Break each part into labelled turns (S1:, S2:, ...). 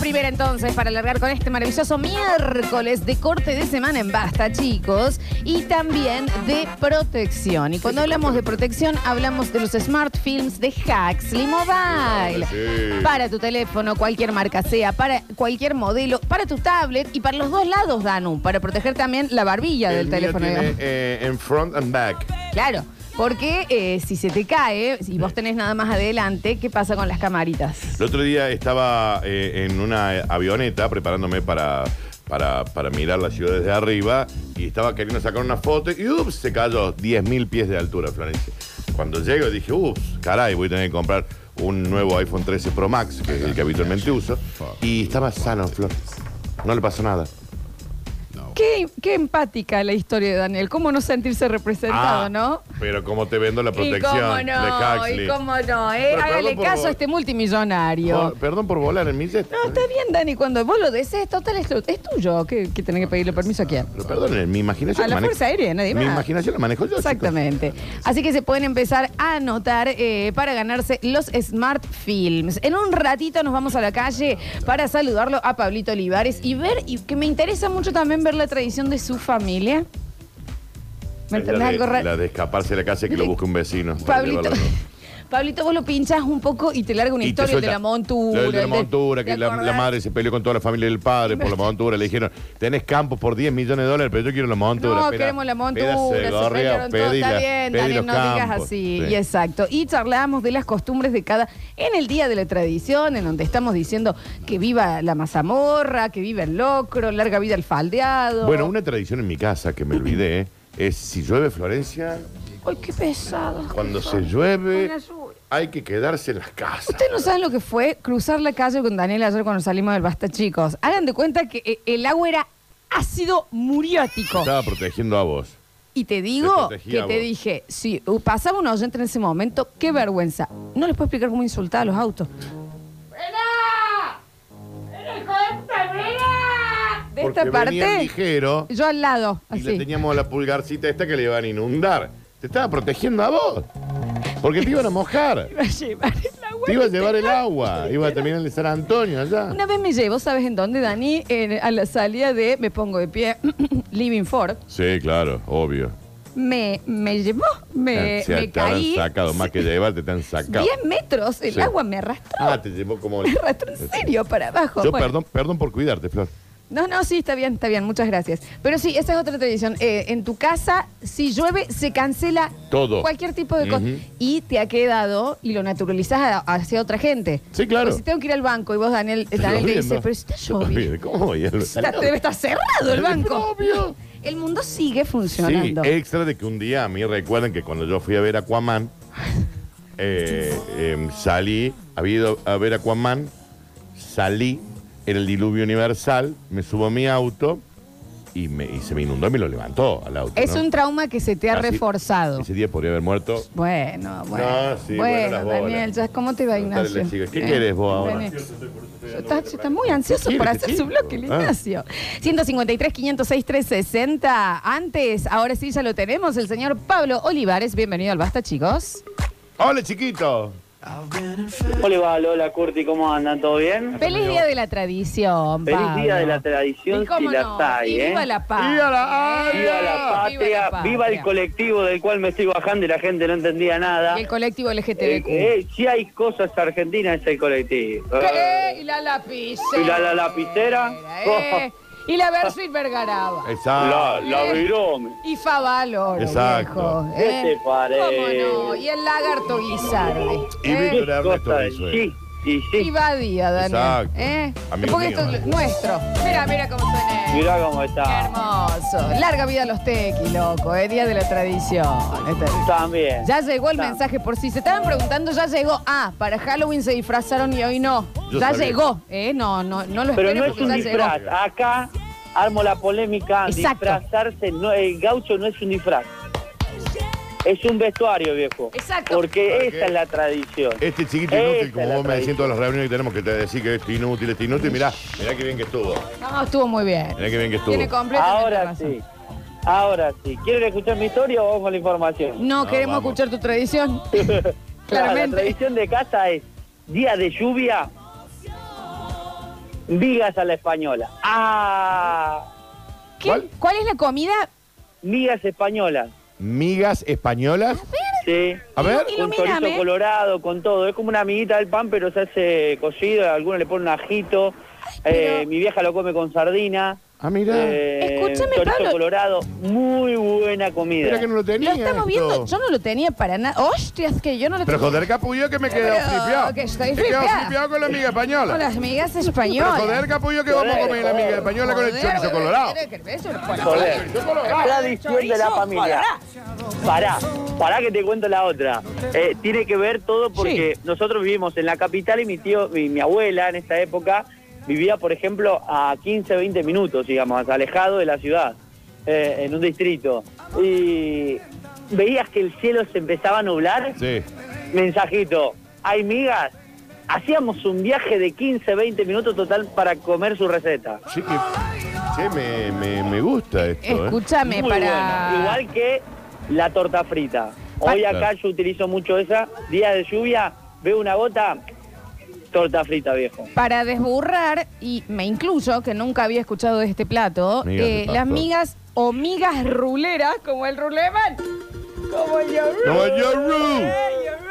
S1: primera entonces para alargar con este maravilloso miércoles de corte de semana en Basta, chicos, y también de protección. Y cuando hablamos de protección, hablamos de los smart films de Huxley Mobile.
S2: Ah, Sí.
S1: Para tu teléfono, cualquier marca sea, para cualquier modelo, para tu tablet y para los dos lados, Danu, para proteger también la barbilla
S2: El
S1: del
S2: mío
S1: teléfono.
S2: tiene,
S1: digamos.
S2: eh, en front and back.
S1: Claro. Porque eh, si se te cae, si
S2: Eh.
S1: vos tenés nada más adelante, ¿qué pasa con las camaritas?
S2: El otro día estaba eh, en una avioneta preparándome para, para, para mirar la ciudad desde arriba y estaba queriendo sacar una foto y ups, se cayó 10.000 pies de altura, Florencia. Cuando llego dije, ups, caray, voy a tener que comprar un nuevo iPhone 13 Pro Max, que es el que habitualmente uso, y estaba sano, Flor. No le pasó nada.
S1: Qué, qué empática la historia de Daniel. Cómo no sentirse representado,
S2: Ah,
S1: ¿no?
S2: Pero cómo te vendo la
S1: Y
S2: protección
S1: cómo
S2: de
S1: no,
S2: Huxley.
S1: y cómo no. ¿eh?
S2: Pero
S1: Hágale
S2: perdón por
S1: caso
S2: vos.
S1: a este multimillonario.
S2: Por- perdón por volar en mi jet.
S1: No, está bien, Dani. Cuando vos lo desees, total, es, tu- es tuyo. ¿Qué, qué tenés que pedirle permiso a quién?
S2: Pero perdonen, mi imaginación
S1: A la
S2: manejo-
S1: Fuerza Aérea, nadie
S2: Mi
S1: más.
S2: imaginación la manejo yo.
S1: Exactamente. Así que se pueden empezar a anotar eh, para ganarse los Smart Films. En un ratito nos vamos a la calle para saludarlo a Pablito Olivares y ver, y que me interesa mucho también ver la tradición de su familia. ¿Me
S2: chicos. Es
S1: entendés
S2: la, de,
S1: algo raro?
S2: la de escaparse de la casa y que lo busque un vecino. para
S1: Pablito,
S2: llevarlo.
S1: Pablito, vos lo pinchas un poco y te larga una
S2: Y te
S1: historia de
S2: suelta.
S1: la montura.
S2: Lo de la
S1: el
S2: montura,
S1: ¿te
S2: que la,
S1: acordás?
S2: la madre se peleó con toda la familia del padre por la montura. Le dijeron, tenés campos por 10 millones de dólares, pero yo quiero la montura.
S1: No,
S2: Espera,
S1: queremos la montura,
S2: pedazo de
S1: se pelearon
S2: gorrión,
S1: todos.
S2: pedí
S1: Está
S2: la-
S1: bien,
S2: pedí
S1: Dani, no
S2: los
S1: digas
S2: campos.
S1: así.
S2: Sí.
S1: Y exacto. Y charlábamos de las costumbres de cada. En el Día de la Tradición, en donde estamos diciendo que viva la mazamorra, que viva el locro, larga vida el faldeado.
S2: Bueno, una tradición en mi casa que me olvidé es si llueve Florencia,
S1: ¡Ay, qué pesado!
S2: cuando se llueve
S1: Una lluvia.
S2: hay que quedarse en las casas.
S1: Ustedes no saben lo que fue cruzar la calle con Daniel ayer cuando salimos del Basta, chicos. Hagan de cuenta que eh, el agua era ácido
S2: Te
S1: muriático.
S2: Estaba protegiendo a vos.
S1: Y te digo
S2: Te protegí
S1: que
S2: a
S1: te
S2: vos.
S1: dije, si uh, pasaba un oyente en ese momento, qué vergüenza. No les puedo explicar cómo insultaba a los autos. De
S2: Porque
S1: esta
S2: venían
S1: parte, Ah,
S2: ligero.
S1: yo al lado,
S2: Y le
S1: así.
S2: teníamos la pulgarcita esta que le iban a inundar. Te estaba protegiendo a vos. Porque te iban a mojar.
S1: Iba a llevar el agua.
S2: Te iba a llevar el agua. Iba a terminar el San Antonio allá.
S1: Una vez me llevó, ¿sabes en dónde, Dani? En- a la salida de Me Pongo de Pie, Living Ford.
S2: Sí, claro, obvio.
S1: Me, me llevó, Eh, me,
S2: Se-
S1: me
S2: te habrán
S1: caí.
S2: sacado, más que llevarte, te han sacado.
S1: 10 metros, el
S2: Sí.
S1: agua me arrastró,
S2: Ah, te llevó como.
S1: me arrastró en serio para abajo.
S2: Yo,
S1: Bueno.
S2: perdón, perdón por cuidarte, Flor.
S1: No, no, sí, está bien, está bien, muchas gracias. Pero sí, esa es otra tradición. Eh, en tu casa, si llueve, se cancela
S2: Todo.
S1: cualquier tipo de cosa.
S2: Ujú.
S1: Y te ha quedado y lo naturalizás a- hacia otra gente.
S2: Sí, claro.
S1: Pues si tengo que ir al banco y vos, Daniel, eh, Daniel te
S2: Lloviendo.
S1: dice, pero si está lloviendo.
S2: ¿Cómo voy a
S1: Está- debe estar cerrado el banco.
S2: Obvio.
S1: El mundo sigue
S2: Sí, eh,
S1: funcionando.
S2: extra de que un día a mí recuerden que cuando yo fui a ver Aquaman, eh, em, salí, había ido a ver Aquaman, salí en el diluvio universal, me subo a mi auto y, me, y se me inundó y me lo levantó al auto.
S1: es
S2: ¿no? Ah,
S1: un trauma que se te ha
S2: Así-
S1: reforzado.
S2: Ese día podría haber muerto.
S1: Bueno, bueno.
S2: No, Ah, sí, bueno, las bolas.
S1: Daniel, ya, ¿cómo te va,
S2: Dale,
S1: Ignacio? Eh,
S2: le sigo. ¿Qué querés vos ahora?
S1: Daniel. Yo está, yo está muy ansioso
S2: ¿Qué
S1: por
S2: quieres,
S1: hacer
S3: este
S2: sí?
S1: su bloque, el
S2: Ah.
S1: Ignacio. 153, 506, 360. Antes, ahora sí ya lo tenemos, el señor Pablo Olivares. Bienvenido al Basta, chicos.
S2: ¡Hola, chiquito!
S3: Hola, va? Lola, Curti, ¿cómo andan? ¿Todo bien?
S1: Feliz Día de la Tradición,
S3: Feliz
S1: Pablo.
S3: día de la
S1: Y
S3: tradición,
S1: cómo
S3: si las
S1: no,
S3: hay,
S1: y
S3: ¿eh?
S1: viva la patria.
S2: ¡Viva la
S1: eh,
S3: Viva la patria, viva, el colectivo del cual me estoy bajando y la gente no entendía nada.
S1: Y el colectivo
S3: Eh,
S1: LGTBQ.
S3: eh, si hay cosas argentinas, es el colectivo.
S1: ¿Qué? Y la lapicera.
S3: ¿Y la- la lapicera?
S1: eh. Y la Versuit Vergaraba.
S2: Exacto.
S1: la
S3: Ah, virome.
S1: Y Favaloro,
S2: Exacto.
S1: viejo, ¿eh?
S3: ¿Qué te parece?
S1: ¿Cómo no? Y el lagarto guisardi.
S2: Y
S1: ¿eh?
S2: Víctor Ernesto
S3: Cosa de
S2: Brizuela.
S3: sí, sí,
S1: Y
S3: sí.
S1: Badía, Daniel.
S2: Exacto.
S1: ¿eh?
S2: Amigo
S1: Porque
S2: mío,
S1: esto es
S2: Daniel.
S1: nuestro. Mira, mira cómo suena.
S3: Mirá cómo está.
S1: Hermoso. Larga vida a los tequis, loco. eh, Día de la tradición. Este-
S3: También.
S1: Ya llegó el
S3: Está.
S1: mensaje por si se estaban preguntando, ya llegó. Ah, para Halloween se disfrazaron y hoy no.
S2: Yo
S1: ya
S2: sabía.
S1: llegó, ¿eh? No, no, no lo
S3: Pero
S1: esperen
S3: no es
S1: porque
S3: un
S1: ya llegó.
S3: disfraz. Acá armo la polémica.
S1: Exacto.
S3: Disfrazarse, no, el gaucho no es un disfraz. Es un vestuario, viejo.
S1: Exacto.
S3: Porque
S2: ¿Para
S3: esa
S2: qué?
S3: es la tradición.
S2: Este chiquito
S3: Esa
S2: inútil,
S3: es
S2: como
S3: la
S2: vos me decís en
S3: tradición.
S2: todas las reuniones que tenemos que te decir que es inútil, es inútil, mirá, mirá qué bien que estuvo.
S1: No, estuvo muy bien.
S2: Mirá qué bien que estuvo.
S1: Tiene completamente
S3: Ahora
S1: razón.
S3: sí. Ahora sí. ¿Quieren escuchar mi historia o vamos con la información?
S1: No,
S2: No,
S1: queremos
S2: vamos.
S1: escuchar tu tradición.
S3: La
S1: Claramente.
S3: tradición de casa es día de lluvia. Migas a la española. ¡Ah!
S1: ¿Qué- ¿Cuál?
S2: ¿Cuál?
S1: es la comida?
S3: Migas españolas.
S2: Migas españolas.
S3: Sí.
S2: A ver.
S1: Y-
S3: Con
S1: Ilumíname.
S3: chorizo colorado, con todo. Es como una amiguita del pan, pero se hace cocido. A algunos le ponen ajito.
S1: pero-
S3: Eh, mi vieja lo come con sardina.
S2: Ah, mira.
S3: Eh,
S1: Escúchame,
S3: chorizo
S1: Pablo.
S3: colorado. Muy buena
S2: Mira
S3: comida.
S2: que no lo tenía.
S1: Lo estamos
S2: esto.
S1: viendo. Yo no lo tenía para nada. ¡Hostias! Que yo no lo
S2: Pero
S1: tenía.
S2: joder, capullo, que me he quedado
S1: Pero
S2: flipeado.
S1: que estoy
S2: Me he quedado
S1: flipeada.
S2: flipeado con la miga española.
S1: Con las migas
S2: Pero
S1: españolas.
S2: joder, capullo, que vamos a comer la miga española con el
S1: Joder,
S2: chorizo
S1: bebé,
S2: colorado.
S1: ¿quiere que- eso no- bueno,
S3: Joder.
S2: Chorizo colorado.
S3: Tradición de la familia. Pará, pará que te cuento la otra. Eh, tiene que ver todo porque nosotros vivimos en la capital y mi tío, mi, mi abuela en esta época vivía, por ejemplo, a 15, 20 minutos, digamos, alejado de la ciudad, eh, en un distrito. Y veías que el cielo se empezaba a nublar.
S2: Sí.
S3: Mensajito, hay migas. Hacíamos un viaje de 15, 20 minutos total para comer su receta.
S2: Sí, que. Che, me, me, me gusta esto, ¿eh?
S1: Escúchame,
S3: Muy
S1: para.
S3: bueno. Igual que la torta frita. Hoy
S2: Pa-
S3: acá yo utilizo mucho esa. Día de lluvia, veo una gota, torta frita, viejo.
S1: Para desburrar, y me incluyo, que nunca había escuchado de este plato,
S2: Migas de
S1: eh,
S2: pastor.
S1: las migas o migas ruleras, como el ruleman. Como el yogur.
S2: Como el yogur.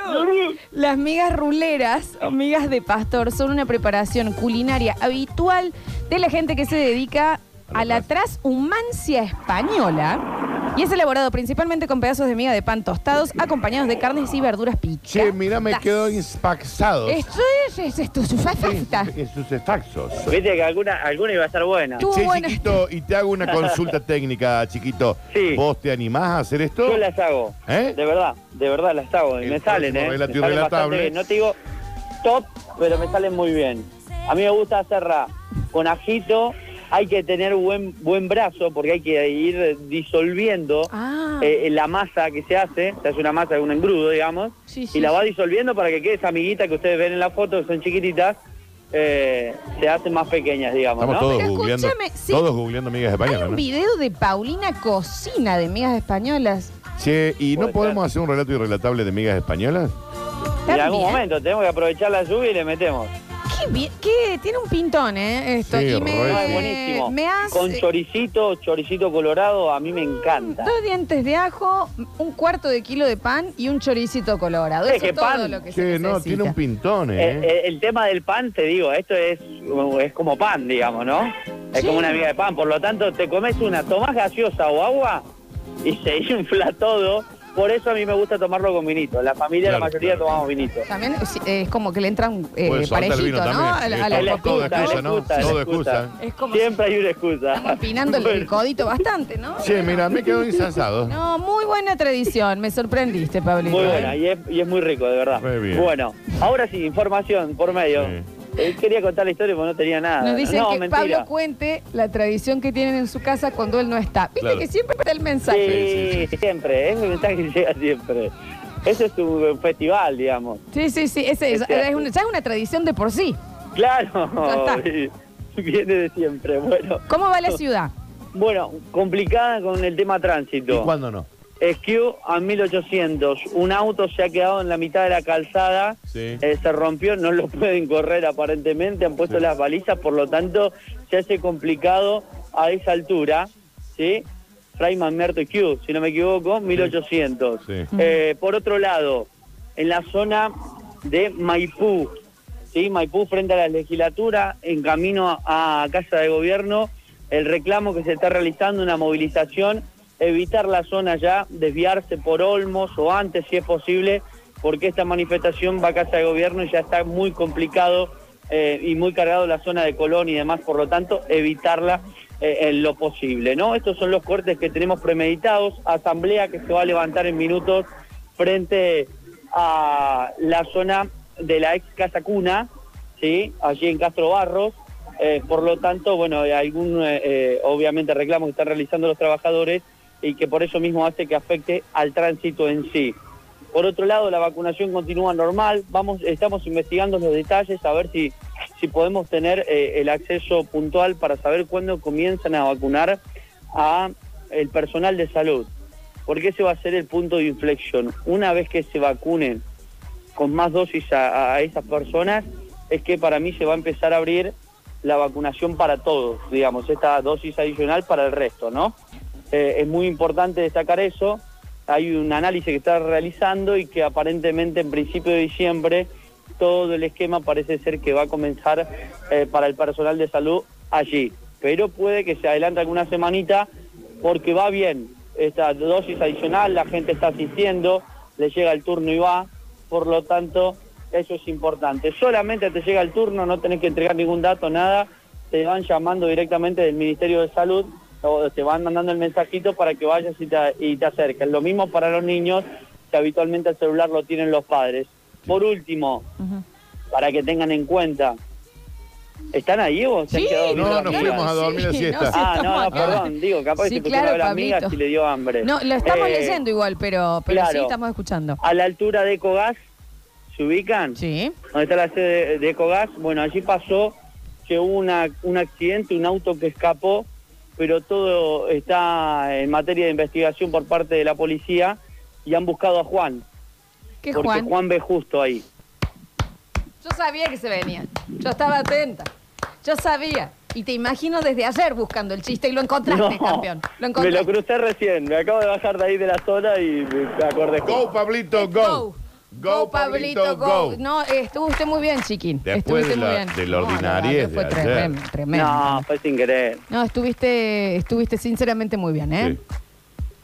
S1: Las migas ruleras o migas de pastor son una preparación culinaria habitual de la gente que se dedica a la transhumancia española y es elaborado principalmente con pedazos de miga de pan tostados acompañados de carnes y verduras picadas.
S2: Che, mira, me quedo impactado.
S1: Esto es, es esto es
S2: Sí,
S1: fasta.
S2: En sus estaxos.
S3: Viste que alguna, alguna iba a estar buena.
S1: Tú- Estuvo
S2: Che,
S1: bueno.
S2: chiquito, y te hago una consulta técnica, chiquito.
S3: Sí.
S2: ¿Vos te animás a hacer esto?
S3: Yo las hago.
S2: ¿Eh?
S3: De verdad, de verdad las hago. Y
S2: El
S3: me salen,
S2: próximo
S3: ¿eh?
S2: relativo
S3: Me salen
S2: relatable.
S3: bastante bien. No te digo top, pero me salen muy bien. A mí me gusta hacerla con ajito. Hay que tener buen, buen brazo porque hay que ir disolviendo
S1: Ah,
S3: eh, la masa que se hace, se hace una masa de un engrudo, digamos,
S1: Sí,
S3: y
S1: sí,
S3: la
S1: sí.
S3: va disolviendo para que quede esa amiguita que ustedes ven en la foto, son chiquititas, eh, se hacen más pequeñas, digamos,
S2: Estamos
S3: ¿no?
S2: todos
S1: Pero
S2: googleando.
S1: escúchame, sí.
S2: Todos googleando migas
S1: hay
S2: españolas,
S1: un
S2: ¿no?
S1: video de Paulina cocina de migas españolas.
S2: Che, ¿y no
S3: Puede
S2: podemos
S3: ser.
S2: hacer un relato irrelatable de migas españolas?
S3: En
S1: También.
S3: algún momento tenemos que aprovechar la lluvia y le metemos.
S1: Qué bien, qué- tiene un pintón, ¿eh? Esto.
S2: Sí,
S1: y
S2: re,
S3: No,
S2: Eh,
S3: es
S1: me,
S3: buenísimo.
S1: me hace
S3: Con choricito, choricito colorado, a mí me encanta.
S1: dos dientes de ajo, un cuarto de kilo de pan y un choricito colorado.
S3: Es
S1: Eso
S3: que
S1: es todo
S3: pan.
S1: lo que se
S2: Che, no, tiene un
S1: necesita.
S2: pintón,
S3: Eh,
S2: ¿eh?
S3: eh, el tema del pan, te digo, esto es, es como pan, digamos, ¿no? Es
S1: Sí.
S3: como una miga de pan. Por lo tanto, te comes una, tomás gaseosa o agua y se infla todo. Por eso a mí me gusta tomarlo con vinito. La familia,
S2: Claro,
S3: la mayoría,
S2: claro.
S3: tomamos vinito.
S1: También es, es como que le entra un eh,
S2: Puede soltar el
S1: parejito,
S2: vino
S1: ¿no? A
S2: también.
S1: la-
S2: Eh,
S1: a la
S2: todo-
S3: Es la
S2: todo
S1: copita.
S2: excusa,
S3: excusa, es la
S2: ¿no?
S3: excusa, es
S2: Todo
S3: la excusa.
S2: excusa.
S1: Es como
S3: Siempre hay una excusa.
S1: si- opinando el- el
S3: Bueno.
S1: codito bastante, ¿no?
S2: Che, mira, me quedo insansado.
S1: No, muy buena tradición. Me sorprendiste, Pablito.
S3: Muy
S1: ¿eh?
S3: buena, y es, y es muy rico, de verdad.
S2: Muy bien.
S3: Bueno, ahora sí, información por medio.
S2: Sí.
S3: Eh, quería contar la historia porque no tenía nada.
S1: Nos dicen
S3: Ah, no,
S1: que
S3: mentira.
S1: Pablo cuente la tradición que tienen en su casa cuando él no está. Viste
S2: Claro.
S1: que siempre está el mensaje.
S3: Sí,
S2: Sí, sí, sí.
S3: siempre, es un mensaje que llega siempre. Eso es un festival, digamos.
S1: Sí, sí, sí. ese es,
S3: Es cierto.
S1: es una, ya es una tradición de por sí.
S3: Claro,
S1: Ya
S3: viene de siempre. Bueno,
S1: ¿Cómo va la
S3: Oh.
S1: ciudad?
S3: bueno, complicada con el tema
S2: ¿Y
S3: tránsito.
S2: cuándo no?
S3: Esquiu a 1800, un auto se ha quedado en la mitad de la calzada,
S2: Sí.
S3: eh, se rompió, no lo pueden correr aparentemente, han puesto
S2: Sí.
S3: las balizas, por lo tanto se hace complicado a esa altura, ¿sí? Fray Merto y Q, si no me equivoco, 1800.
S2: Sí.
S3: Eh, por otro lado, en la zona de Maipú, ¿sí? Maipú frente a la legislatura, en camino a Casa de Gobierno, el reclamo que se está realizando, una movilización, evitar la zona ya, desviarse por Olmos o antes si es posible, porque esta manifestación va a Casa de Gobierno y ya está muy complicado eh, y muy cargado la zona de Colón y demás, por lo tanto, evitarla eh, en lo posible, ¿no? Estos son los cortes que tenemos premeditados, asamblea que se va a levantar en minutos frente a la zona de la ex Casa Cuna, ¿sí? allí en Castro Barros. Eh, por lo tanto, bueno, hay algún eh, eh, obviamente reclamo que están realizando los trabajadores y que por eso mismo hace que afecte al tránsito en sí. Por otro lado, la vacunación continúa normal. Vamos, estamos investigando los detalles a ver si, si podemos tener eh, el acceso puntual para saber cuándo comienzan a vacunar a el personal de salud. Porque ese va a ser el punto de inflexión. Una vez que se vacunen con más dosis a, a esas personas, es que para mí se va a empezar a abrir la vacunación para todos, digamos, esta dosis adicional para el resto, ¿no? Eh, es muy importante destacar eso. Hay un análisis que está realizando y que aparentemente en principio de diciembre todo el esquema parece ser que va a comenzar eh, para el personal de salud allí. Pero puede que se adelante alguna semanita porque va bien esta dosis adicional, la gente está asistiendo, le llega el turno y va, por lo tanto eso es importante. Solamente te llega el turno, no tenés que entregar ningún dato, nada, te van llamando directamente del Ministerio de Salud o te van mandando el mensajito para que vayas y te, y te acerques. Lo mismo para los niños, que habitualmente el celular lo tienen los padres. Por último,
S1: Ujú.
S3: para que tengan en cuenta, ¿están ahí vos? ¿Se han
S1: Sí,
S3: quedado
S2: No,
S3: con las
S2: nos
S3: amigas?
S2: fuimos a dormir a
S1: sí,
S2: siesta.
S1: no, sí,
S3: Ah, no,
S1: estamos
S3: no,
S1: acá.
S3: perdón, digo, capaz
S1: Sí,
S3: que se
S1: claro,
S3: pusieron a las amigas
S1: Pablito.
S3: y le dio hambre.
S1: No, lo estamos
S3: Eh,
S1: leyendo igual, pero, pero sí
S3: claro.
S1: estamos escuchando.
S3: A la altura de Ecogas, ¿se ubican?
S1: Sí.
S3: donde está la sede de Ecogas. Bueno, allí pasó que hubo una- un accidente, un auto que escapó, pero todo está en materia de investigación por parte de la policía y han buscado a Juan,
S1: ¿Qué
S3: porque
S1: Juan?
S3: Juan? ve justo ahí.
S1: Yo sabía que se venía. Yo estaba atenta. Yo sabía. Y te imagino desde ayer buscando el chiste y lo encontraste,
S3: No,
S1: campeón. Lo
S3: me
S1: encontraste.
S3: lo crucé recién, me acabo de bajar de ahí de la zona y me me acordé.
S2: Go, Pablito, go.
S1: Eh, Go, Pablito, go. No, estuvo usted muy bien, chiquín.
S2: Después
S1: Estuviste
S2: de la-
S1: muy bien.
S2: de la
S1: No, verdad que
S2: ordinariez
S1: fue
S2: de ayer.
S1: tremendo, tremendo.
S3: No,
S1: No.
S3: fue sin querer.
S1: estuviste, estuviste sinceramente muy bien, ¿eh?
S2: Sí.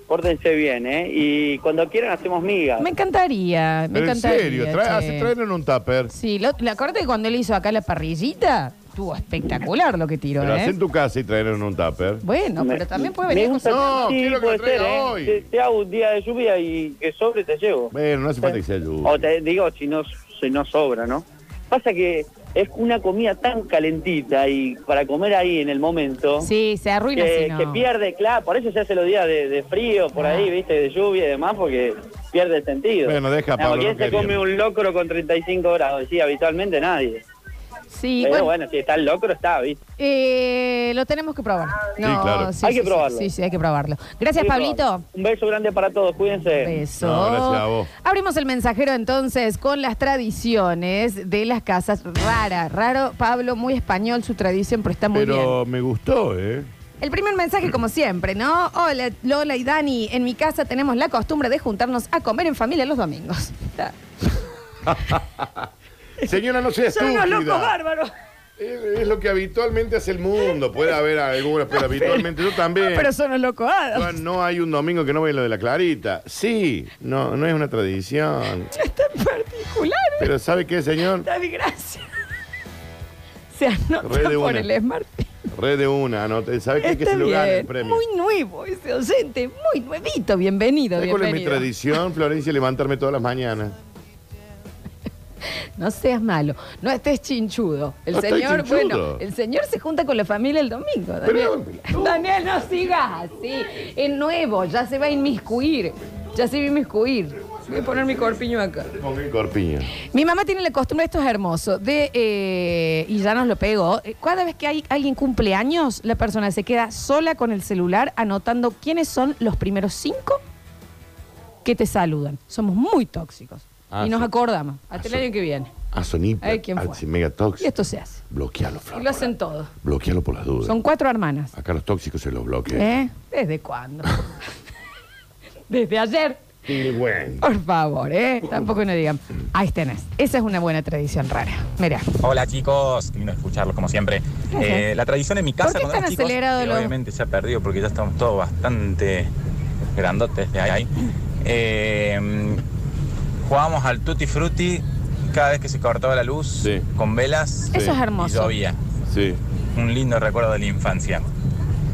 S3: Pórtense bien, ¿eh? Y cuando quieran hacemos migas.
S1: Me encantaría, me
S2: Pero en
S1: encantaría.
S2: serio, trae,
S1: che.
S2: hace- traen un tupper.
S1: Sí, lo- la corte que cuando él hizo acá la parrillita, estuvo espectacular lo que tiró,
S2: Pero
S1: ¿eh?
S2: hacen en tu casa y traen un tupper.
S1: Bueno,
S3: Me-
S1: pero también puede
S3: me
S1: venir
S3: gusta-
S1: con-
S2: No,
S3: sí,
S2: quiero que
S3: puede
S2: lo traiga
S3: ser, ¿eh?
S2: hoy.
S3: Te, te hago un día de lluvia y que sobre te llevo.
S2: Bueno, no hace falta que sea lluvia.
S3: O te digo, si no, si no sobra, ¿no? Pasa que es una comida tan calentita y para comer ahí en el momento,
S1: Sí, se arruina
S3: que,
S1: si no. Ah.
S3: que pierde, claro, por eso se hace los días de, de frío, por ahí, viste, de lluvia y demás, porque pierde sentido.
S2: Bueno, deja,
S3: Como,
S2: Pablo,
S3: ¿Quién
S2: no
S3: se come
S2: queríamos.
S3: un locro con 35 grados? Sí, habitualmente nadie.
S1: Sí, bueno,
S3: Pero bueno, si está el locro, está, viste.
S1: eh, lo tenemos que probar.
S2: Sí, claro.
S3: Hay que
S1: sí,
S3: probarlo.
S1: Sí, sí, hay que probarlo. Gracias,
S3: Sí,
S1: Pablito.
S3: Un beso grande para todos, cuídense.
S1: Beso.
S2: No, gracias a vos.
S1: Abrimos el mensajero entonces con las tradiciones de las casas. Rara, raro, Pablo, muy español su tradición, pero está muy bien.
S2: Pero me gustó, ¿eh?
S1: El primer mensaje, como siempre, ¿no? Hola, Lola y Dani. En mi casa tenemos la costumbre de juntarnos a comer en familia los domingos. Está-
S2: Señora, no sea
S1: Son unos locos
S2: estúpida.
S1: bárbaros.
S2: Es es lo que habitualmente hace el mundo. Puede haber algunas, pero habitualmente yo también.
S1: Pero son unos locos Adams.
S2: Juan, No hay un domingo que no vea lo de la Clarita. Sí, no, no es una tradición.
S1: No es tan particular.
S2: Pero ¿sabe qué, señor?
S1: Dani, gracias. Se anota
S2: Re de
S1: por
S2: una.
S1: el Smart.
S2: Red de una, ¿no? ¿Sabe qué?
S1: Está
S2: que se lo gane el
S1: bien.
S2: premio.
S1: Muy nuevo ese oyente. Muy nuevito. Bienvenido,
S2: ¿Sabe cuál es mi
S1: bienvenido.
S2: tradición, Florencia? Levantarme todas las mañanas.
S1: No seas malo. No estés chinchudo. El
S2: No estoy
S1: señor,
S2: chinchudo.
S1: bueno, el señor se junta con la familia el domingo. Daniel,
S2: Pero-
S1: Daniel no sigas así. Es nuevo. Ya se va a inmiscuir. Ya se va a inmiscuir. Voy a poner mi corpiño acá.
S2: Con el corpiño.
S1: Mi mamá tiene la costumbre, esto es hermoso, de, eh, y ya nos lo pegó, eh, cada vez que hay alguien cumpleaños, la persona se queda sola con el celular anotando quiénes son los primeros cinco que te saludan. Somos muy tóxicos.
S2: Ah,
S1: y nos
S2: sí.
S1: acordamos, hasta el año que viene.
S2: A Sonita.
S1: Ay, ¿quién fue?
S2: mega
S1: Y esto se hace.
S2: Bloquealo,
S1: Y
S2: Flor.
S1: lo hacen todo.
S2: Bloquealo por las dudas.
S1: Son cuatro hermanas.
S2: Acá los tóxicos se los bloquean.
S1: ¿Eh? ¿Desde cuándo? Desde ayer.
S2: Y bueno.
S1: Por favor, ¿eh? Tampoco nos digan. Ahí tenés. Esa es una buena tradición rara. Mirá.
S4: Hola chicos, lindo escucharlos como siempre. Eh, la tradición en mi casa
S1: ¿Por qué
S4: cuando
S1: están
S4: eran chicos,
S1: acelerados
S4: que
S1: los-
S4: obviamente se ha perdido porque ya estamos todos bastante grandotes de ahí. ahí. Eh, jugábamos al tutti frutti cada vez que se cortaba la luz
S2: Sí.
S4: con velas.
S1: Eso es
S4: y
S1: hermoso.
S4: llovía.
S2: Sí.
S4: Un lindo recuerdo de la infancia.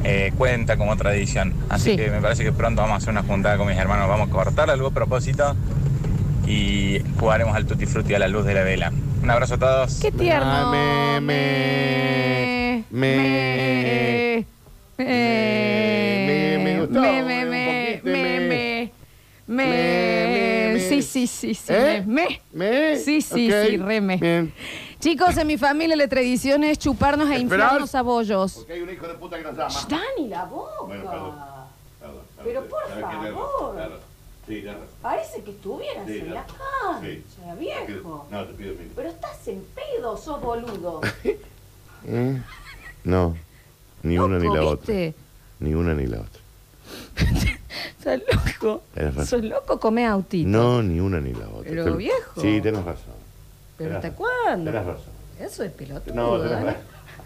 S4: Eh, cuenta como tradición. Así
S1: Sí.
S4: que me parece que pronto vamos a hacer una juntada con mis hermanos. Vamos a cortar algo a propósito y jugaremos al tutti frutti a la luz de la vela. Un abrazo a todos.
S1: Qué tierno.
S2: Me, me, me,
S1: me,
S2: me, me gustó,
S1: me,
S2: un
S1: me, me,
S2: poquito,
S1: me,
S2: me.
S1: me,
S2: Me,
S1: me,
S2: me.
S1: sí, sí, sí, sí,
S2: ¿Eh?
S1: me,
S2: ¿Me?
S1: sí, sí,
S2: Ok,
S1: sí, reme.
S2: Bien.
S1: Chicos, en mi familia la tradición es chuparnos e
S2: Esperar.
S1: inflarnos a bollos.
S2: Porque hay un hijo de puta que nos llama.
S1: Sh, Dani, la boca.
S2: Bueno, perdón. Perdón, perdón,
S1: Pero
S2: sí,
S1: por
S2: sabés que tenés razón,
S1: favor.
S2: claro. Sí, tenés razón.
S1: Parece que estuvieras
S2: Sí,
S1: en la
S2: la- sí.
S1: cancha,
S2: Te pido-
S1: viejo.
S2: No, te pido mil.
S1: Pero estás en pedo, sos boludo.
S2: Mm, No, ni
S1: ¿Vos
S2: una ni la otra.
S1: comiste?
S2: Ni una ni la otra.
S1: Sos loco.
S2: Tenés razón.
S1: Sos loco, come autito.
S2: No, ni una ni la otra.
S1: Pero
S2: Te-
S1: viejo.
S2: Sí, tenés razón.
S1: ¿Pero
S2: tenés
S1: hasta
S2: razón.
S1: cuándo?
S2: Tenés razón.
S1: Eso es pelotudo.
S2: No, tenés
S1: ¿eh?
S2: razón.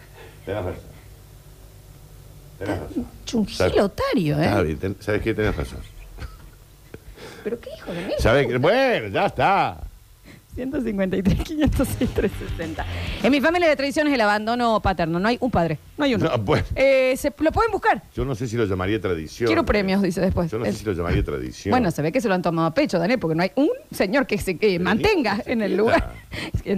S2: Tenés razón. Tenés razón.
S1: ¿Eh? Chungilotario,
S2: Está
S1: ¿eh?
S2: bien, ten- ¿Sabes qué? Tenés razón.
S1: ¿Pero qué hijo de mí?
S2: ¿Sabes qué? Bueno, ya está.
S1: 153, 506, 360. En mi familia de tradición es el abandono paterno. No hay un padre, no hay uno.
S2: No, pues. bueno.
S1: Eh, se, lo pueden buscar.
S2: Yo no sé si lo llamaría tradición.
S1: Quiero premios, dice después.
S2: Yo no sé
S1: El-
S2: si lo llamaría tradición.
S1: Bueno, se ve que se lo han tomado a pecho, Daniel, porque no hay un señor que se eh, mantenga
S2: se
S1: en el
S2: queda.
S1: lugar.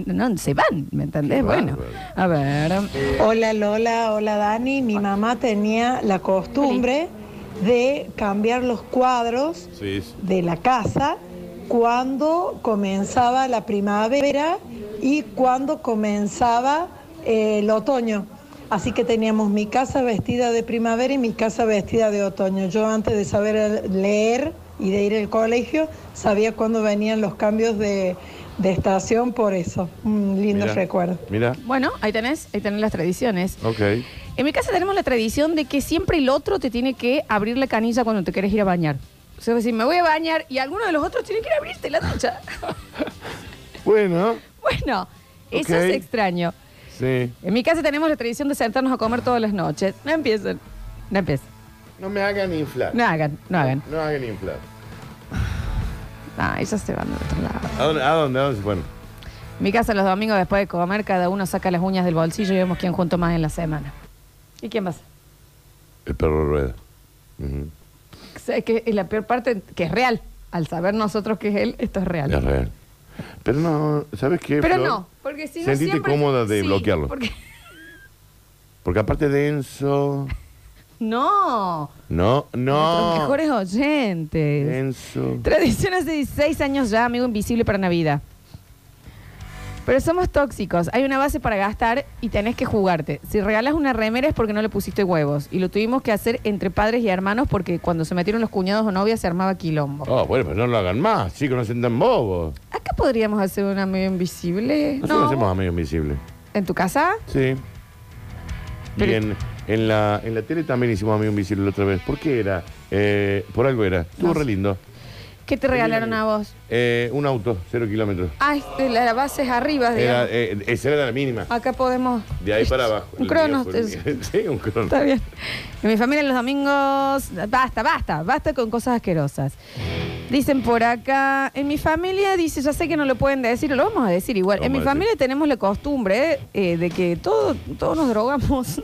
S1: No, se van, ¿me entendés?
S2: Qué
S1: bueno,
S2: bárbaro.
S1: a ver.
S5: Hola Lola, hola Dani. Mi mamá tenía la costumbre de cambiar los cuadros
S2: Sí, sí.
S5: de la casa cuando comenzaba la primavera y cuando comenzaba eh, el otoño. Así que teníamos mi casa vestida de primavera y mi casa vestida de otoño. Yo antes de saber leer y de ir al colegio, sabía cuándo venían los cambios de, de estación por eso. Un lindo
S2: Mira,
S5: recuerdo.
S2: Mira,
S1: Bueno, ahí tenés, ahí tenés las tradiciones.
S2: ok.
S1: En mi casa tenemos la tradición de que siempre el otro te tiene que abrir la canilla cuando te querés ir a bañar. O sea, si me voy a bañar y alguno de los otros tiene que ir a abrirte la ducha.
S2: Bueno,
S1: bueno, eso
S2: Ok.
S1: es extraño.
S2: sí.
S1: En mi casa tenemos la tradición de sentarnos a comer todas las noches. No empiecen, no empiecen.
S2: No me hagan inflar.
S1: No hagan, no hagan.
S2: No hagan inflar.
S1: Ah, ellos se van de otro lado.
S2: ¿A dónde, a dónde, a dónde se fueron?
S1: En mi casa los domingos después de comer, cada uno saca las uñas del bolsillo y vemos quién junto más en la semana. ¿Y quién va a ser?
S2: El perro rueda. Ujú.
S1: ¿Sabes que es la peor parte? Que es real. Al saber nosotros que es él, esto es real.
S2: Es real. Pero no, ¿sabes qué?
S1: Pero
S2: Flor?
S1: no, porque si no
S2: Sentite
S1: siempre-
S2: cómoda de
S1: Sí,
S2: bloquearlo.
S1: porque-
S2: Porque aparte denso.
S1: No,
S2: No,
S1: nuestros
S2: no.
S1: mejores oyentes.
S2: Denso.
S1: Tradición hace 16 años ya, amigo invisible para Navidad. Pero somos tóxicos. Hay una base para gastar y tenés que jugarte. Si regalas una remera es porque no le pusiste huevos. Y lo tuvimos que hacer entre padres y hermanos porque cuando se metieron los cuñados o novias se armaba quilombo.
S2: Oh, bueno, pero no lo hagan más, chicos, no se sientan bobos.
S1: Acá podríamos hacer un amigo invisible.
S2: Nosotros
S1: No.
S2: hacemos amigos invisibles.
S1: ¿En tu casa?
S2: Sí.
S1: Pero-
S2: Y en, en la, en la tele también hicimos amigos invisibles la otra vez. ¿Por qué era? Eh, por algo era. Estuvo
S1: No
S2: re
S1: sé.
S2: lindo.
S1: ¿Qué te regalaron a vos?
S2: Eh, un auto, cero kilómetros.
S1: Ah, este, la, la base es arriba,
S2: Era,
S1: digamos.
S2: eh, esa era la mínima.
S1: Acá podemos.
S2: De ahí para abajo.
S1: Un
S2: El
S1: crono.
S2: mío fue el
S1: es-
S2: mío. Sí, un crono.
S1: Está bien. En mi familia los domingos. Basta, basta, basta con cosas asquerosas. Dicen por acá, en mi familia, dice, ya sé que no lo pueden decir, lo vamos a decir igual.
S2: Lo
S1: en mi
S2: vamos a decir.
S1: familia tenemos la costumbre eh, de que todo- todos nos drogamos.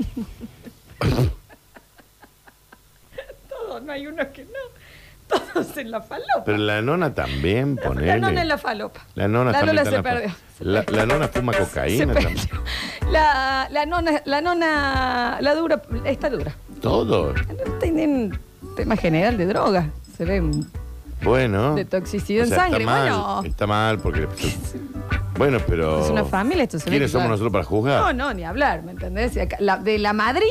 S1: todos, no hay uno que no. Todos en la falopa.
S2: Pero la nona también, ponele.
S1: la nona en la falopa.
S2: La nona
S1: la
S2: también
S1: Lola
S2: está
S1: se
S2: en la
S1: perdió.
S2: fa- La, la nona fuma
S1: Se
S2: cocaína
S1: perdió.
S2: también.
S1: La, la nona, la nona, la dura, está dura.
S2: Todo.
S1: Tienen tema general de drogas. Se ven.
S2: Bueno.
S1: De toxicidad en sangre,
S2: está mal,
S1: bueno.
S2: Está mal porque. Bueno, pero.
S1: Es una familia, esto se ve
S2: ¿Quiénes
S1: que
S2: somos
S1: va-
S2: nosotros para juzgar?
S1: No, no, ni hablar, ¿me entendés? Y acá, la- de la madrina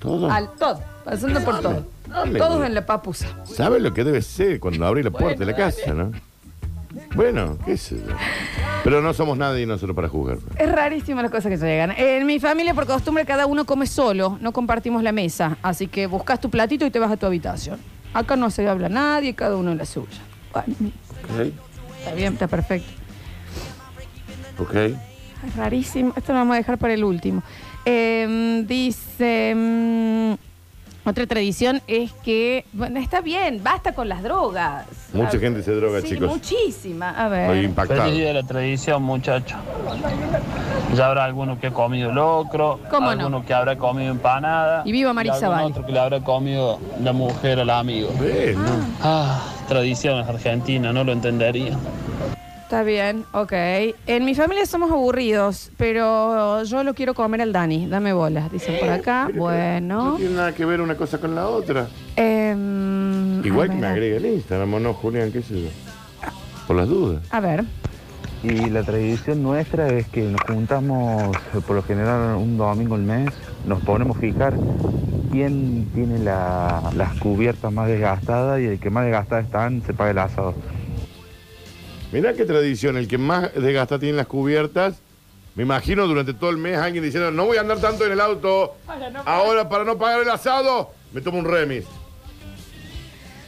S2: Todo.
S1: al todo, pasando por todo.
S2: dame.
S1: Todos en la papusa.
S2: ¿Sabes lo que debe ser cuando abre la puerta de la casa, no? Bueno, qué sé yo. Pero no somos nadie nosotros para juzgar.
S1: Es rarísima las cosas que se llegan. En mi familia, por costumbre, cada uno come solo, no compartimos la mesa. Así que buscas tu platito y te vas a tu habitación. Acá no se habla nadie, cada uno en la suya. Bueno,
S2: Ok.
S1: está bien, está perfecto.
S2: Ok.
S1: Es rarísimo. Esto lo vamos a dejar para el último. Eh, dice. mm, otra tradición es que. Bueno, está bien, basta con las drogas.
S2: Mucha
S1: A-
S2: gente se droga,
S1: sí,
S2: chicos.
S1: Muchísima. A
S2: Estoy
S1: ver.
S2: impactado.
S6: Feliz día de la tradición, muchachos. Ya habrá alguno que ha comido locro,
S1: ¿Cómo no?
S6: alguno que habrá comido empanada.
S1: Y viva Marisa
S6: algún
S1: Valle.
S6: otro que le habrá comido la mujer al amigo.
S2: Eh, no.
S6: Ah, tradiciones argentinas, no lo entendería.
S1: Está bien, ok. En mi familia somos aburridos, pero yo lo quiero comer al Dani. Dame bolas, dicen por acá.
S2: No
S1: Bueno.
S2: tiene nada que ver una cosa con la otra.
S1: Em,
S2: Igual
S1: a
S2: que me
S1: ver,
S2: agregue el Instagram, ¿o no, Julián, qué sé yo. Por las dudas.
S1: A ver.
S7: Y la tradición nuestra es que nos juntamos, eh, por lo general, un domingo al mes, nos ponemos a fijar quién tiene la- las cubiertas más desgastadas y el que más desgastadas están se paga el asado.
S2: Mirá qué tradición, el que más desgasta tiene las cubiertas, Me imagino durante todo el mes alguien diciendo, no voy a andar tanto en el auto. Ahora, para no pagar el asado, me tomo un remis.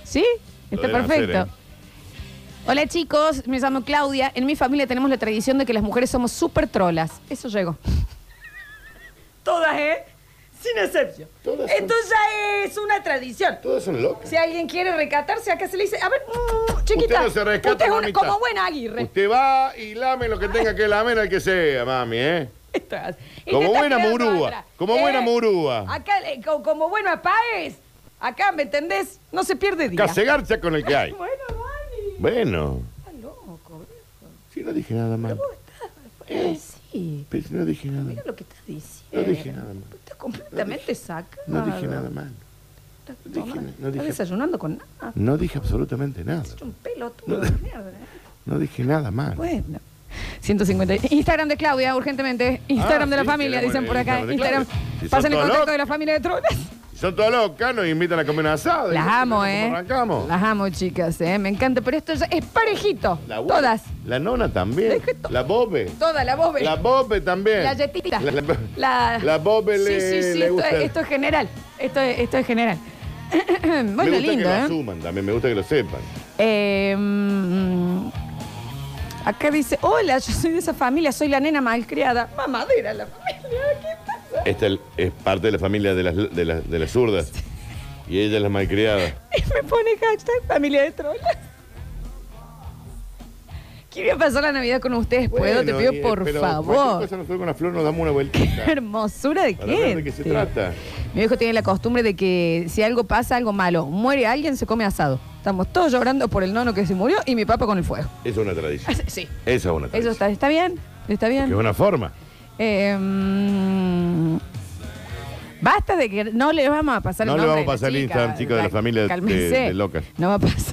S1: ¿Sí? Está
S2: deben
S1: perfecto.
S2: hacer, ¿eh?
S1: Hola chicos, me llamo Claudia. En mi familia tenemos la tradición de que las mujeres somos súper trolas. Eso llegó.
S8: Todas, ¿eh? Sin excepción.
S2: Todas son-
S8: Esto ya es una tradición.
S2: Todos son locos.
S8: Si alguien quiere recatarse, acá se le dice, a ver, mm, chiquita.
S2: Usted no se rescata,
S8: usted es una-
S2: mamita.
S8: como buena aguirre.
S2: Usted va y lame lo que tenga que lamer al que sea, mami, ¿eh?
S8: Estás- y
S2: Como
S8: te estás
S2: buena
S8: quedando
S2: murúa,
S8: atrás.
S2: como buena murúa.
S8: Eh, Acá, eh, co- como, buena paes. Acá, ¿me entendés? No se pierde día.
S2: Casi garcha con el que hay.
S8: Bueno, Dani,
S2: Bueno,
S8: estás loco.
S2: si no dije nada mal.
S8: Eh, sí,
S2: Pero si no dije nada
S8: mira lo que estás diciendo.
S2: No dije nada mal.
S8: Estás completamente sacado.
S2: No dije nada mal.
S8: Estás,
S2: no dije
S8: tomando-
S2: na- no
S8: estás
S2: dije-
S8: desayunando con nada.
S2: No dije absolutamente nada.
S8: Es un pelotudo de mierda. ¿eh?
S2: No dije nada mal.
S1: Bueno. 150. Instagram de Claudia, urgentemente. Instagram
S2: Ah,
S1: de la
S2: sí,
S1: familia,
S2: queremos
S1: dicen por
S2: el
S1: acá.
S2: Instagram
S1: Instagram.
S2: de Claudia. Si son
S1: Pasen el
S2: todos
S1: contacto
S2: locos.
S1: de la familia de Trolas.
S2: Son todos locos, nos invitan a comer un asado.
S1: Las
S2: Dicen,
S1: amo,
S2: ¿cómo
S1: ¿eh?
S2: Arrancamos.
S1: Las amo, chicas, ¿eh? Me encanta. Pero esto ya es parejito.
S2: La abuela,
S1: Todas.
S2: La nona también.
S1: Deje to-
S2: La bobe.
S1: Toda la bobe.
S2: La bobe también.
S1: La yetita.
S2: La, la-
S1: La,
S2: la bobe le,
S1: Sí, sí, sí.
S2: le
S1: esto,
S2: gusta.
S1: es, esto es general. Esto es, esto es general.
S2: me
S1: bueno,
S2: gusta
S1: lindo,
S2: que lo
S1: ¿eh?
S2: asuman también, me gusta que lo sepan.
S1: Eh, mm, acá dice: Hola, yo soy de esa familia, soy la nena malcriada.
S8: Mamadera la familia. ¿Qué pasa?
S2: Esta es- es parte de la familia de las, de las, de las zurdas. Y ella es la malcriada.
S8: Y me pone hashtag familia de trolas.
S1: Quiero pasar la Navidad con ustedes, puedo, te
S2: Bueno,
S1: pido
S2: y-
S1: por
S2: pero cualquier
S1: favor.
S2: cosa nosotros con la flor nos damos una vueltita.
S1: Qué hermosura de
S2: Para ver
S1: gente.
S2: de qué se trata.
S1: Mi viejo tiene la costumbre de que si algo pasa, algo malo, muere alguien, se come asado. Estamos todos llorando por el nono que se murió y mi papá con el fuego.
S2: Esa es una tradición.
S1: Sí.
S2: Esa es una tradición.
S1: Eso está, está bien, está
S2: Que es
S1: bien.
S2: una forma.
S1: Eh, mm, basta de que no le vamos a pasar
S2: No
S1: el
S2: le
S1: nombre
S2: vamos a pasar
S1: la
S2: el
S1: chica.
S2: Instagram, chicos, de la familia de-
S1: Cálmense.
S2: de- de locas.
S1: No va a pasar.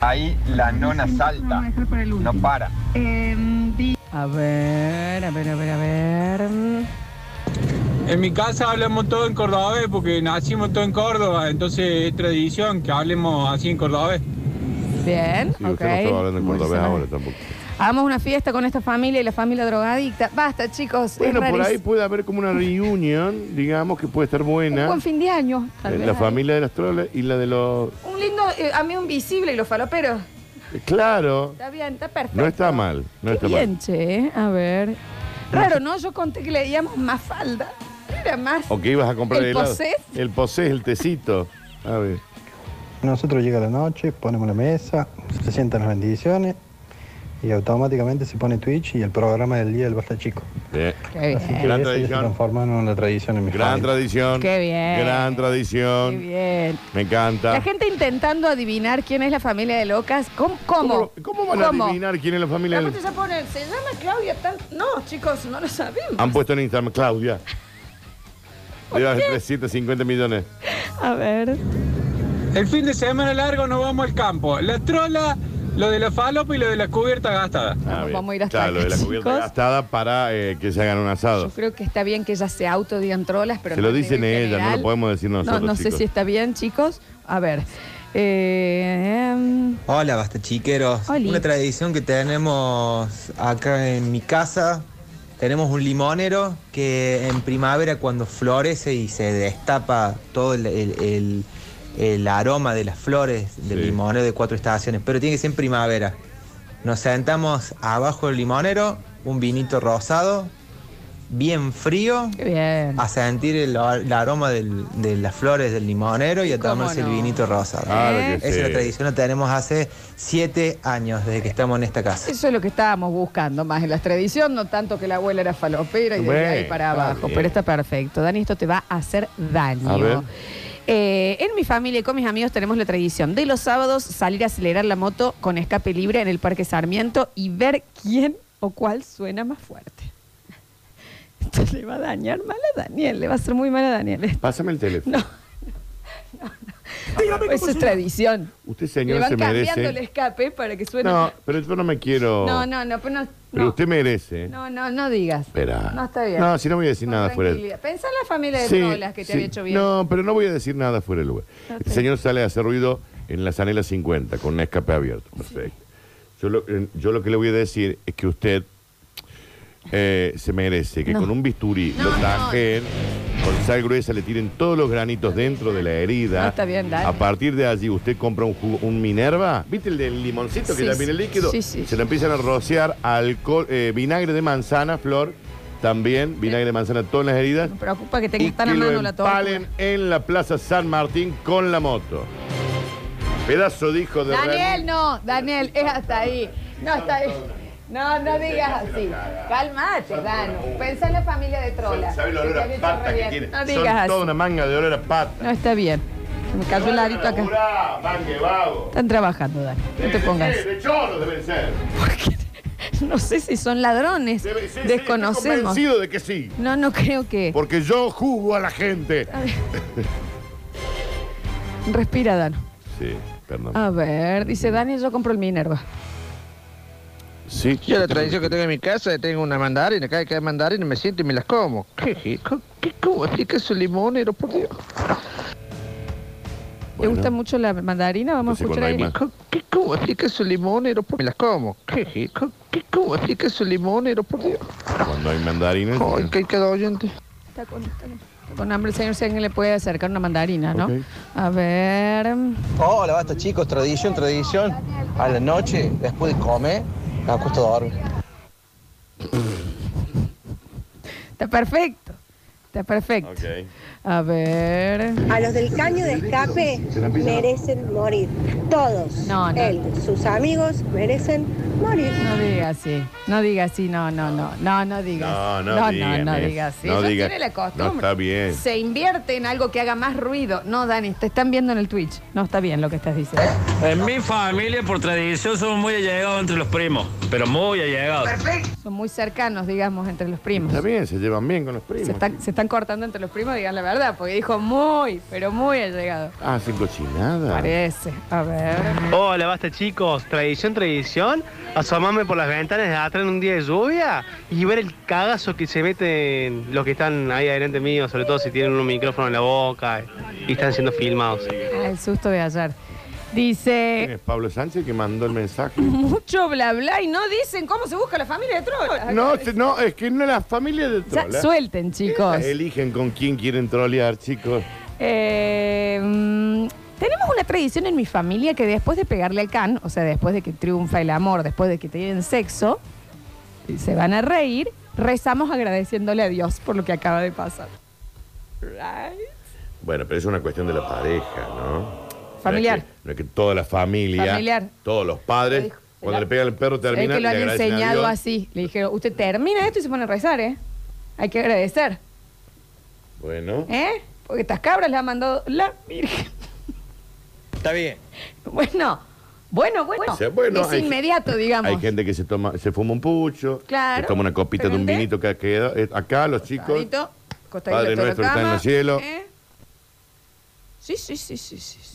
S9: Ahí la nona salta. No para.
S1: A ver, a ver, a ver, a ver.
S10: En mi casa hablamos todo en cordobés porque nacimos todo en Córdoba, entonces es tradición que hablemos así en cordobés.
S1: Bien,
S2: Sí,
S1: ok.
S2: usted no estaba hablando en
S1: Muy
S2: cordobés
S1: sonado.
S2: ahora tampoco.
S1: Hagamos una fiesta con esta familia y la familia drogadicta. Basta, chicos.
S2: Bueno,
S1: es
S2: por ahí
S1: rarísimo.
S2: puede haber como una reunión, digamos, que puede estar
S1: Un
S2: buena.
S1: buen fin de año. tal
S2: Eh,
S1: vez.
S2: La familia de las trolas y la de los...
S1: Un lindo eh, amigo invisible y los faloperos.
S2: eh, Claro,
S1: Está bien, está perfecto.
S2: no está mal, no
S1: Qué
S2: está mal.
S1: bien, che. eh. A ver. Raro, ¿no? Yo conté que le leíamos más falda. Era más.
S2: O que ibas a comprar
S1: ¿El
S2: helado.
S1: posés?
S2: El posés, el tecito. A ver.
S11: Nosotros llega la noche, ponemos la mesa, se sientan las bendiciones y automáticamente se pone Twitch y el programa del día del Basta Chico.
S2: Bien.
S1: Qué bien.
S2: Gran
S11: Que eso ya se
S2: tradición.
S11: transformó en una tradición en mi
S2: Gran
S11: familia.
S2: tradición.
S1: Qué bien.
S2: Gran
S1: Qué
S2: tradición.
S1: bien.
S2: Me encanta.
S1: La gente intentando adivinar quién es la familia de locas. ¿Cómo? ¿Cómo,
S2: ¿Cómo, cómo van a adivinar quién es la familia?
S8: La
S2: del-
S8: gente se pone, se llama Claudia tal. No, chicos, no lo sabemos.
S2: Han puesto en Instagram, Claudia. De las 350 millones.
S1: A ver.
S10: El fin de semana largo nos vamos al campo. La trola, lo de la falopa y lo de la cubierta gastada.
S1: Vamos,
S2: Ah, bien.
S1: vamos a ir hasta
S2: Claro,
S1: acá,
S2: lo de la cubierta
S1: chicos.
S2: gastada para eh, que se hagan un asado.
S1: Yo creo que está bien que ellas se autodian trolas, pero
S2: Se
S1: no
S2: lo
S1: a
S2: dicen
S1: nivel
S2: ellas, no
S1: general.
S2: lo podemos decir nosotros.
S1: No, no sé
S2: chicos.
S1: si está bien, chicos. A ver. Eh, em,
S9: Hola, basta chiqueros.
S1: Oli.
S9: Una tradición que tenemos acá en mi casa. Tenemos un limonero que en primavera cuando florece y se destapa todo el, el- el- el aroma de las flores del
S2: Sí.
S9: limonero de cuatro estaciones, pero tiene que ser en primavera. Nos sentamos abajo del limonero, un vinito rosado, bien frío,
S1: qué bien.
S9: a sentir el, el aroma del- de las flores del limonero y a
S1: ¿Cómo
S9: tomarse
S1: no?
S9: el vinito rosado.
S2: Claro
S1: ¿Eh?
S9: Esa
S2: que
S9: es la
S2: sí.
S9: tradición la tenemos hace siete años desde que estamos en esta casa.
S1: Eso es lo que estábamos buscando más en la tradición, no tanto que la abuela era falopera y de
S2: Bueno,
S1: ahí para
S2: está
S1: abajo,
S2: bien.
S1: pero está perfecto. Dani, esto te va a hacer daño.
S2: A ver.
S1: Eh, en mi familia y con mis amigos tenemos la tradición de los sábados salir a acelerar la moto con escape libre en el Parque Sarmiento y ver quién o cuál suena más fuerte. Esto le va a dañar mal a Daniel, le va a hacer muy mal a Daniel.
S2: Pásame el teléfono.
S1: No. Eso Pues es tradición.
S2: Usted,
S1: Le
S2: señor,
S1: van
S2: se
S1: cambiando el
S2: merece.
S1: escape para que suene.
S2: No, pero yo no me quiero.
S1: no, no, no, pero no.
S2: Pero
S1: no.
S2: usted merece.
S1: No, no, no digas.
S2: Espera.
S1: No está bien.
S2: No, si no voy a decir
S1: Con
S2: nada fuera de.
S1: tranquilidad. Pensá en la familia de
S2: Sí,
S1: trolas que te
S2: sí.
S1: había hecho bien.
S2: No, pero no voy a decir nada fuera de lugar.
S1: Ok.
S2: El señor sale a hacer ruido en la zanela 50 con eh, un escape abierto. Perfecto. Yo lo, yo lo que le voy a decir es que usted eh, se merece que
S1: No.
S2: con un bisturí lo tajen, con sal gruesa le tiren todos los granitos dentro de la herida.
S1: No, está bien, dale.
S2: A partir de allí usted compra un, jugo- un Minerva, ¿viste el del limoncito que
S1: Sí,
S2: ya viene
S1: sí.
S2: líquido?
S1: Sí, sí.
S2: Se lo empiezan a rociar alcohol, eh, vinagre de manzana, flor, también vinagre de manzana, todas las heridas.
S1: Preocupa que
S2: Y
S1: tengas tan a
S2: que lo
S1: mano la torta.
S2: empalen en la Plaza San Martín con la moto. Pedazo de hijo de
S1: Daniel, no, Daniel, es hasta ahí. No, está ahí. No, no digas así. Calmate, Danu. Pensá en la familia de Trola.
S2: ¿Sabes lo
S1: Que
S2: olor
S1: te
S2: a
S1: había
S2: pata
S1: hecho
S2: que
S1: re
S2: tiene?
S1: bien. No
S2: Son
S1: digas
S2: toda
S1: así.
S2: una manga de olor a pata.
S1: No, está bien. Se me cayó el arito acá.
S2: Laburá, mangue vago.
S1: Están trabajando, Dani. No te
S2: Eh,
S1: pongas.
S2: eh, De choro deben ser.
S1: No sé si son ladrones.
S2: Sí, sí, Estoy
S1: Desconocemos.
S2: convencido de que sí.
S1: No, no creo que.
S2: Porque yo juzgo a la gente.
S1: Respira, Danu.
S2: Sí, perdón.
S1: A ver, dice Daniel, yo compro el Minerva.
S2: Sí.
S12: Yo la tradición que tengo en mi casa, tengo una mandarina, cada que hay mandarina me siento y me las como. ¿Qué, rico? ¿Qué- ¿Cómo explica eso limonero, por Dios?
S1: ¿Te gusta mucho la mandarina? Vamos a
S2: Pues
S1: escuchar ahí.
S12: ¿Qué- qué- ¿Cómo explica eso limonero, por Me las como. ¿Qué, rico? ¿Qué- ¿Cómo explica eso limonero, por Dios?
S2: Cuando hay mandarines.
S12: Ay, que hay cada oyente.
S1: Está con, está con- está con hambre el señor, si alguien le puede acercar una mandarina, ¿no?
S12: Ok.
S1: A ver.
S9: Hola, basta chicos, tradición, tradición. A la noche, después de comer, me acuesto a dormir.
S1: Está perfecto. Está perfecto. A ver.
S13: A los del caño de escape merecen morir. Todos.
S1: No, no.
S13: Él, sus amigos merecen morir.
S1: No diga así. No diga así, no, no, no. No, no digas.
S2: No, no,
S1: no,
S2: digan
S1: no
S2: eso.
S1: diga así.
S2: No
S1: Ellos
S2: digan-
S1: tienen la costumbre.
S2: No está bien.
S1: Se invierte en algo que haga más ruido. No, Dani, te están viendo en el Twitch. No está bien lo que estás diciendo.
S2: ¿Eh?
S14: En mi familia, por tradición, somos muy allegados entre los primos, pero muy allegados.
S1: Son muy cercanos, digamos, entre los primos.
S2: Está bien, se llevan bien con los primos.
S1: Se están, se están cortando entre los primos, digan la verdad, porque dijo muy, pero muy allegado.
S2: Ah, sin cochinada.
S1: Parece. A ver. Ah,
S15: Hola, basta chicos. Tradición, tradición. Asomarme por las ventanas de atrás en un día de lluvia y ver el cagazo que se meten los que están ahí adelante mío, sobre todo si tienen un micrófono en la boca y están siendo filmados.
S1: Ah, el susto de ayer. Dice,
S2: ¿Quién es Pablo Sánchez que mandó el mensaje?
S1: mucho bla bla y no dicen cómo se busca la familia de Troll.
S2: No, se- no, es que no las familias de
S1: Ya,
S2: trolas.
S1: suelten, chicos.
S2: ¿eh? Eligen con quién quieren trolear, chicos.
S1: Eh, mm, tenemos una tradición en mi familia que después de pegarle al can, o sea, después de que triunfa el amor, después de que tienen sexo, se van a reír, rezamos agradeciéndole a Dios por lo que acaba de pasar.
S2: Bueno, pero es una cuestión de la pareja, ¿no?
S1: Familiar.
S2: No es que, no es que toda la familia,
S1: Familiar.
S2: todos los padres, cuando le pegan al perro
S1: Es
S2: terminan
S1: que lo
S2: le
S1: han
S2: agradecen a
S1: enseñado
S2: Dios.
S1: así. Le dijeron, usted termina esto y se pone a rezar, ¿eh? Hay que agradecer,
S2: Bueno.
S1: ¿eh? Porque estas cabras las ha mandado la Virgen.
S9: Está bien.
S1: Bueno, bueno, bueno.
S2: O sea, bueno,
S1: es
S2: hay-
S1: inmediato, digamos.
S2: Hay gente que se toma, se fuma un pucho,
S1: Claro.
S2: se toma una copita de un
S1: Pregunté.
S2: vinito que ha quedado. eh, acá los chicos,
S1: Tadito, costadito
S2: Padre
S1: de la
S2: Nuestro está en
S1: cama,
S2: el cielo.
S1: ¿eh? Sí, sí, sí, sí, sí. sí.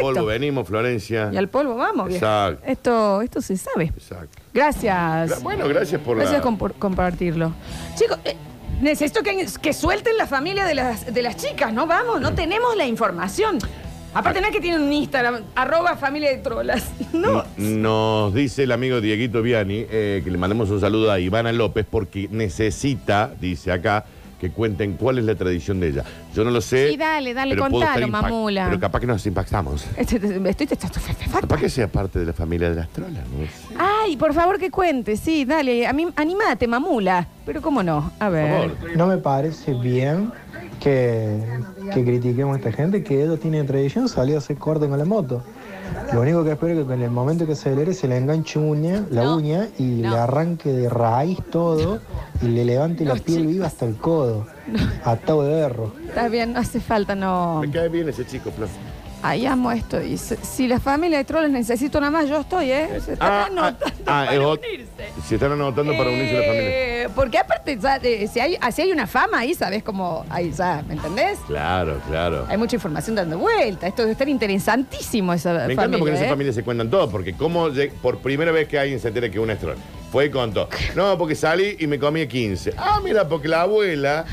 S2: Polvo venimos, Florencia.
S1: Y al polvo vamos, viejo.
S2: Exacto.
S1: Esto, esto se sabe.
S2: Exacto.
S1: Gracias.
S2: Bueno, gracias por la-
S1: Gracias por compartirlo. Chicos, eh, necesito que, que suelten la familia de las, de las chicas, ¿no? Vamos, no tenemos la información. Aparte, no es que tienen un Instagram, arroba familia de trolas. No.
S2: Nos dice el amigo Dieguito Viani eh, que le mandemos un saludo a Ivana López porque necesita, dice acá, que cuenten cuál es la tradición de ella. Yo no lo sé.
S1: Sí, dale, dale,
S2: pero puedo estar
S1: contalo,
S2: impact-
S1: mamula.
S2: Pero capaz que nos impactamos.
S1: Este- este- Estoy,
S2: Capaz que sea parte de la familia de las trolas. ¿no?
S1: Ay, por favor que cuente, sí, dale, a mí, animate, mamula. Pero cómo no, a ver.
S11: No me parece bien que, que critiquemos a esta gente que ellos tienen tradición, salió a hacer corte con la moto. Lo único que espero es que en el momento que acelere se le enganche uña, la uña y le arranque de raíz todo y le levante la piel viva hasta el codo, atado de berro.
S1: Está bien, no hace falta, no.
S2: Me cae bien ese chico, Flor.
S1: Ay, amo esto. Dice, si la familia de troles necesita una más, yo estoy, ¿eh? Se están
S2: Ah,
S1: anotando
S2: ah,
S1: para
S2: es ot-
S1: unirse.
S2: Se están anotando para unirse a la familia.
S1: Eh, Porque aparte, ya, eh, si, hay, ah, si hay una fama ahí, ¿sabes cómo? Ahí ya, ¿me entendés?
S2: Claro, claro.
S1: Hay mucha información dando vuelta. Esto debe estar interesantísimo, esa
S2: Me
S1: familia.
S2: encanta porque en esa
S1: ¿eh?
S2: familia se cuentan todo, porque como por primera vez que alguien se entera que una es troll, fue y contó. No, porque salí y me comí 15. Ah, mira, porque la abuela,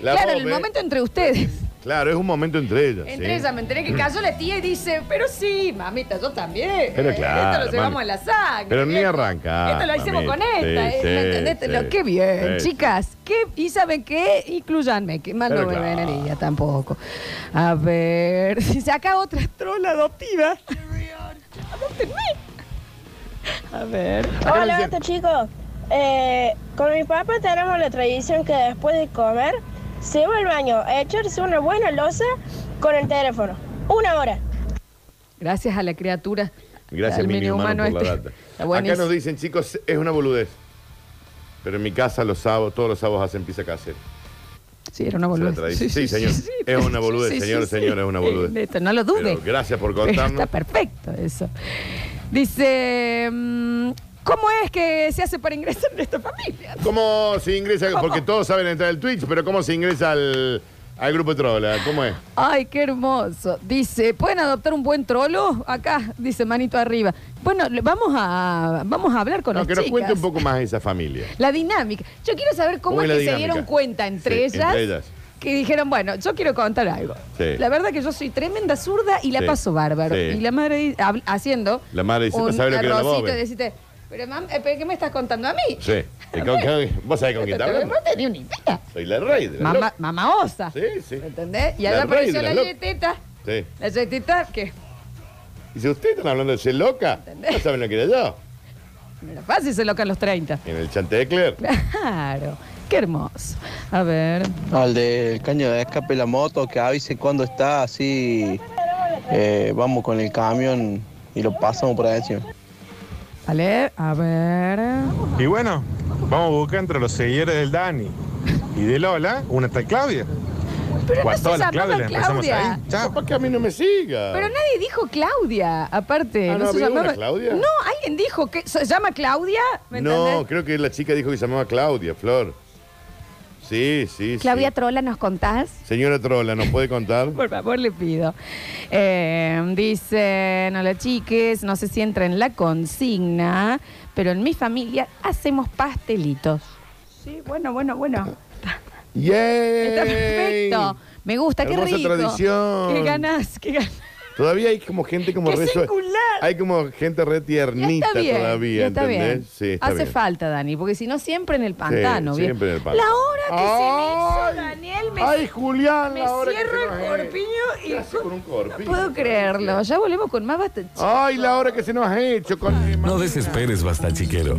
S2: la
S1: claro, en el
S2: Bobe,
S1: momento entre ustedes.
S2: Claro, es un momento entre ellas.
S1: Entre
S2: sí.
S1: ellas, me enteré que cayó la tía y dice, pero sí, mamita, yo también.
S2: Pero
S1: Esto
S2: claro,
S1: lo llevamos
S2: mami.
S1: en la sangre.
S2: Pero ni
S1: bien.
S2: arranca.
S1: Esto lo hicimos con esta. eh, ¿me entendés? Lo- qué bien, chicas. ¿Qué, y saben qué, incluyanme, que mal
S16: Pero
S1: no me
S16: claro.
S1: venería tampoco. A ver, si saca otra trola adoptiva. A ver.
S17: Hola, basta, chicos. Eh, con mi papá tenemos la tradición que después de comer se va al baño a echarse una buena losa con el teléfono. Una hora.
S1: Gracias a la criatura.
S2: Gracias,
S1: Al
S2: mini,
S1: mini
S2: humano,
S1: humano
S2: por la
S1: este.
S2: data.
S1: Está
S2: Acá
S1: buenísimo.
S2: nos dicen, chicos, es una boludez. Pero en mi casa los sábados, todos los sábados hacen pizza casera.
S1: Sí, era una
S2: Se la
S1: boludez.
S2: tradice. Sí, señor. es una boludez,
S1: Sí, sí,
S2: señor,
S1: sí.
S2: señor, es una boludez.
S1: Eh, esto no lo dude.
S2: Pero gracias por
S1: Pero
S2: contarnos.
S1: Está perfecto eso. Dice, mm, ¿cómo es que se hace para ingresar en esta familia?
S2: ¿Cómo se ingresa? Porque todos saben entrar al Twitch, pero ¿cómo se ingresa al, al grupo Trola? ¿Cómo es?
S1: Ay, qué hermoso. Dice, ¿pueden adoptar un buen trolo? Acá, dice manito arriba. Bueno, le- vamos a, vamos a hablar con
S2: No,
S1: las
S2: que nos
S1: chicas.
S2: cuente un poco más esa familia.
S1: La dinámica. Yo quiero saber cómo,
S2: ¿Cómo
S1: es
S2: es la
S1: que se
S2: dinámica?
S1: dieron cuenta entre,
S2: Sí,
S1: ellas,
S2: entre ellas.
S1: que dijeron, bueno, yo quiero contar algo.
S2: Sí.
S1: La verdad que yo soy tremenda zurda y la
S2: Sí.
S1: paso bárbaro.
S2: Sí.
S1: Y la madre di- hab- haciendo
S2: La madre diciendo,
S1: un
S2: "¿Sabe lo que era la
S1: arrocito
S2: bobe?"
S1: y decirte, pero mam, eh, pero ¿qué me estás contando a mí?
S2: Sí. ¿Y con qué- ¿Vos sabés con quién está
S1: Pero
S2: hablando?
S1: no tenía ni idea.
S2: Soy la rey de la
S1: Mamá, mamá osa.
S2: Sí, sí.
S1: ¿Entendés? Y
S2: La
S1: allá
S2: rey
S1: apareció la
S2: de las locas.
S1: yeteta.
S2: Sí.
S1: La yeteta que
S2: Dice, ¿ustedes están hablando de ser loca? No saben lo que era yo.
S1: no era fácil se loca a los 30.
S2: En el Chantecler.
S1: Claro. Qué hermoso. A ver.
S6: Al del caño de escape de la moto, que avise cuando está así. eh, vamos con el camión y lo pasamos por encima.
S1: Vale, a ver.
S18: Y bueno, vamos a buscar entre los seguidores del Dani y de Lola una tal Claudia.
S1: Pero
S18: Con
S1: no
S18: todas las
S1: se llamaba
S18: Claudias las empezamos
S1: Claudia.
S18: ahí.
S2: Capaz que a mí no me siga.
S1: Pero nadie dijo Claudia, aparte.
S2: Ah, ¿no
S1: se
S2: había una
S1: llamaba-
S2: Claudia?
S1: No, alguien dijo que se llama Claudia, ¿me
S2: No,
S1: entendés?
S2: creo que la chica dijo que se llamaba Claudia, Flor. Sí, sí, sí.
S1: Claudia Trola, ¿nos contás?
S2: Señora Trola, ¿nos puede contar?
S1: Por favor, le pido. Eh, dicen, hola chiques, no sé si entra en la consigna, pero en mi familia hacemos pastelitos. Sí, bueno, bueno, bueno.
S2: ¡Yay!
S1: Está perfecto. Me gusta, qué
S2: Hermosa
S1: rico.
S2: tradición.
S1: Qué ganas, qué ganas.
S2: Todavía hay como gente como
S1: ¡Qué
S2: re sue-
S1: singular!
S2: Hay como gente re tiernita
S1: está bien,
S2: todavía,
S1: ya está
S2: ¿entendés?
S1: bien.
S2: Sí, está
S1: Hace
S2: bien.
S1: falta, Dani, porque si no siempre en el pantano. bien.
S2: siempre en el pantano.
S1: La hora que
S2: Ay,
S1: se me hizo, Daniel, me,
S2: ay, Julián,
S1: me
S2: la hora que
S1: cierro
S2: se
S1: el
S2: nos
S1: corpiño y
S2: con un corpiño? Ah.
S1: no puedo creerlo. Ya volvemos con más basta.
S2: Ay, la hora que se nos ha hecho con
S4: No desesperes, basta chiquero.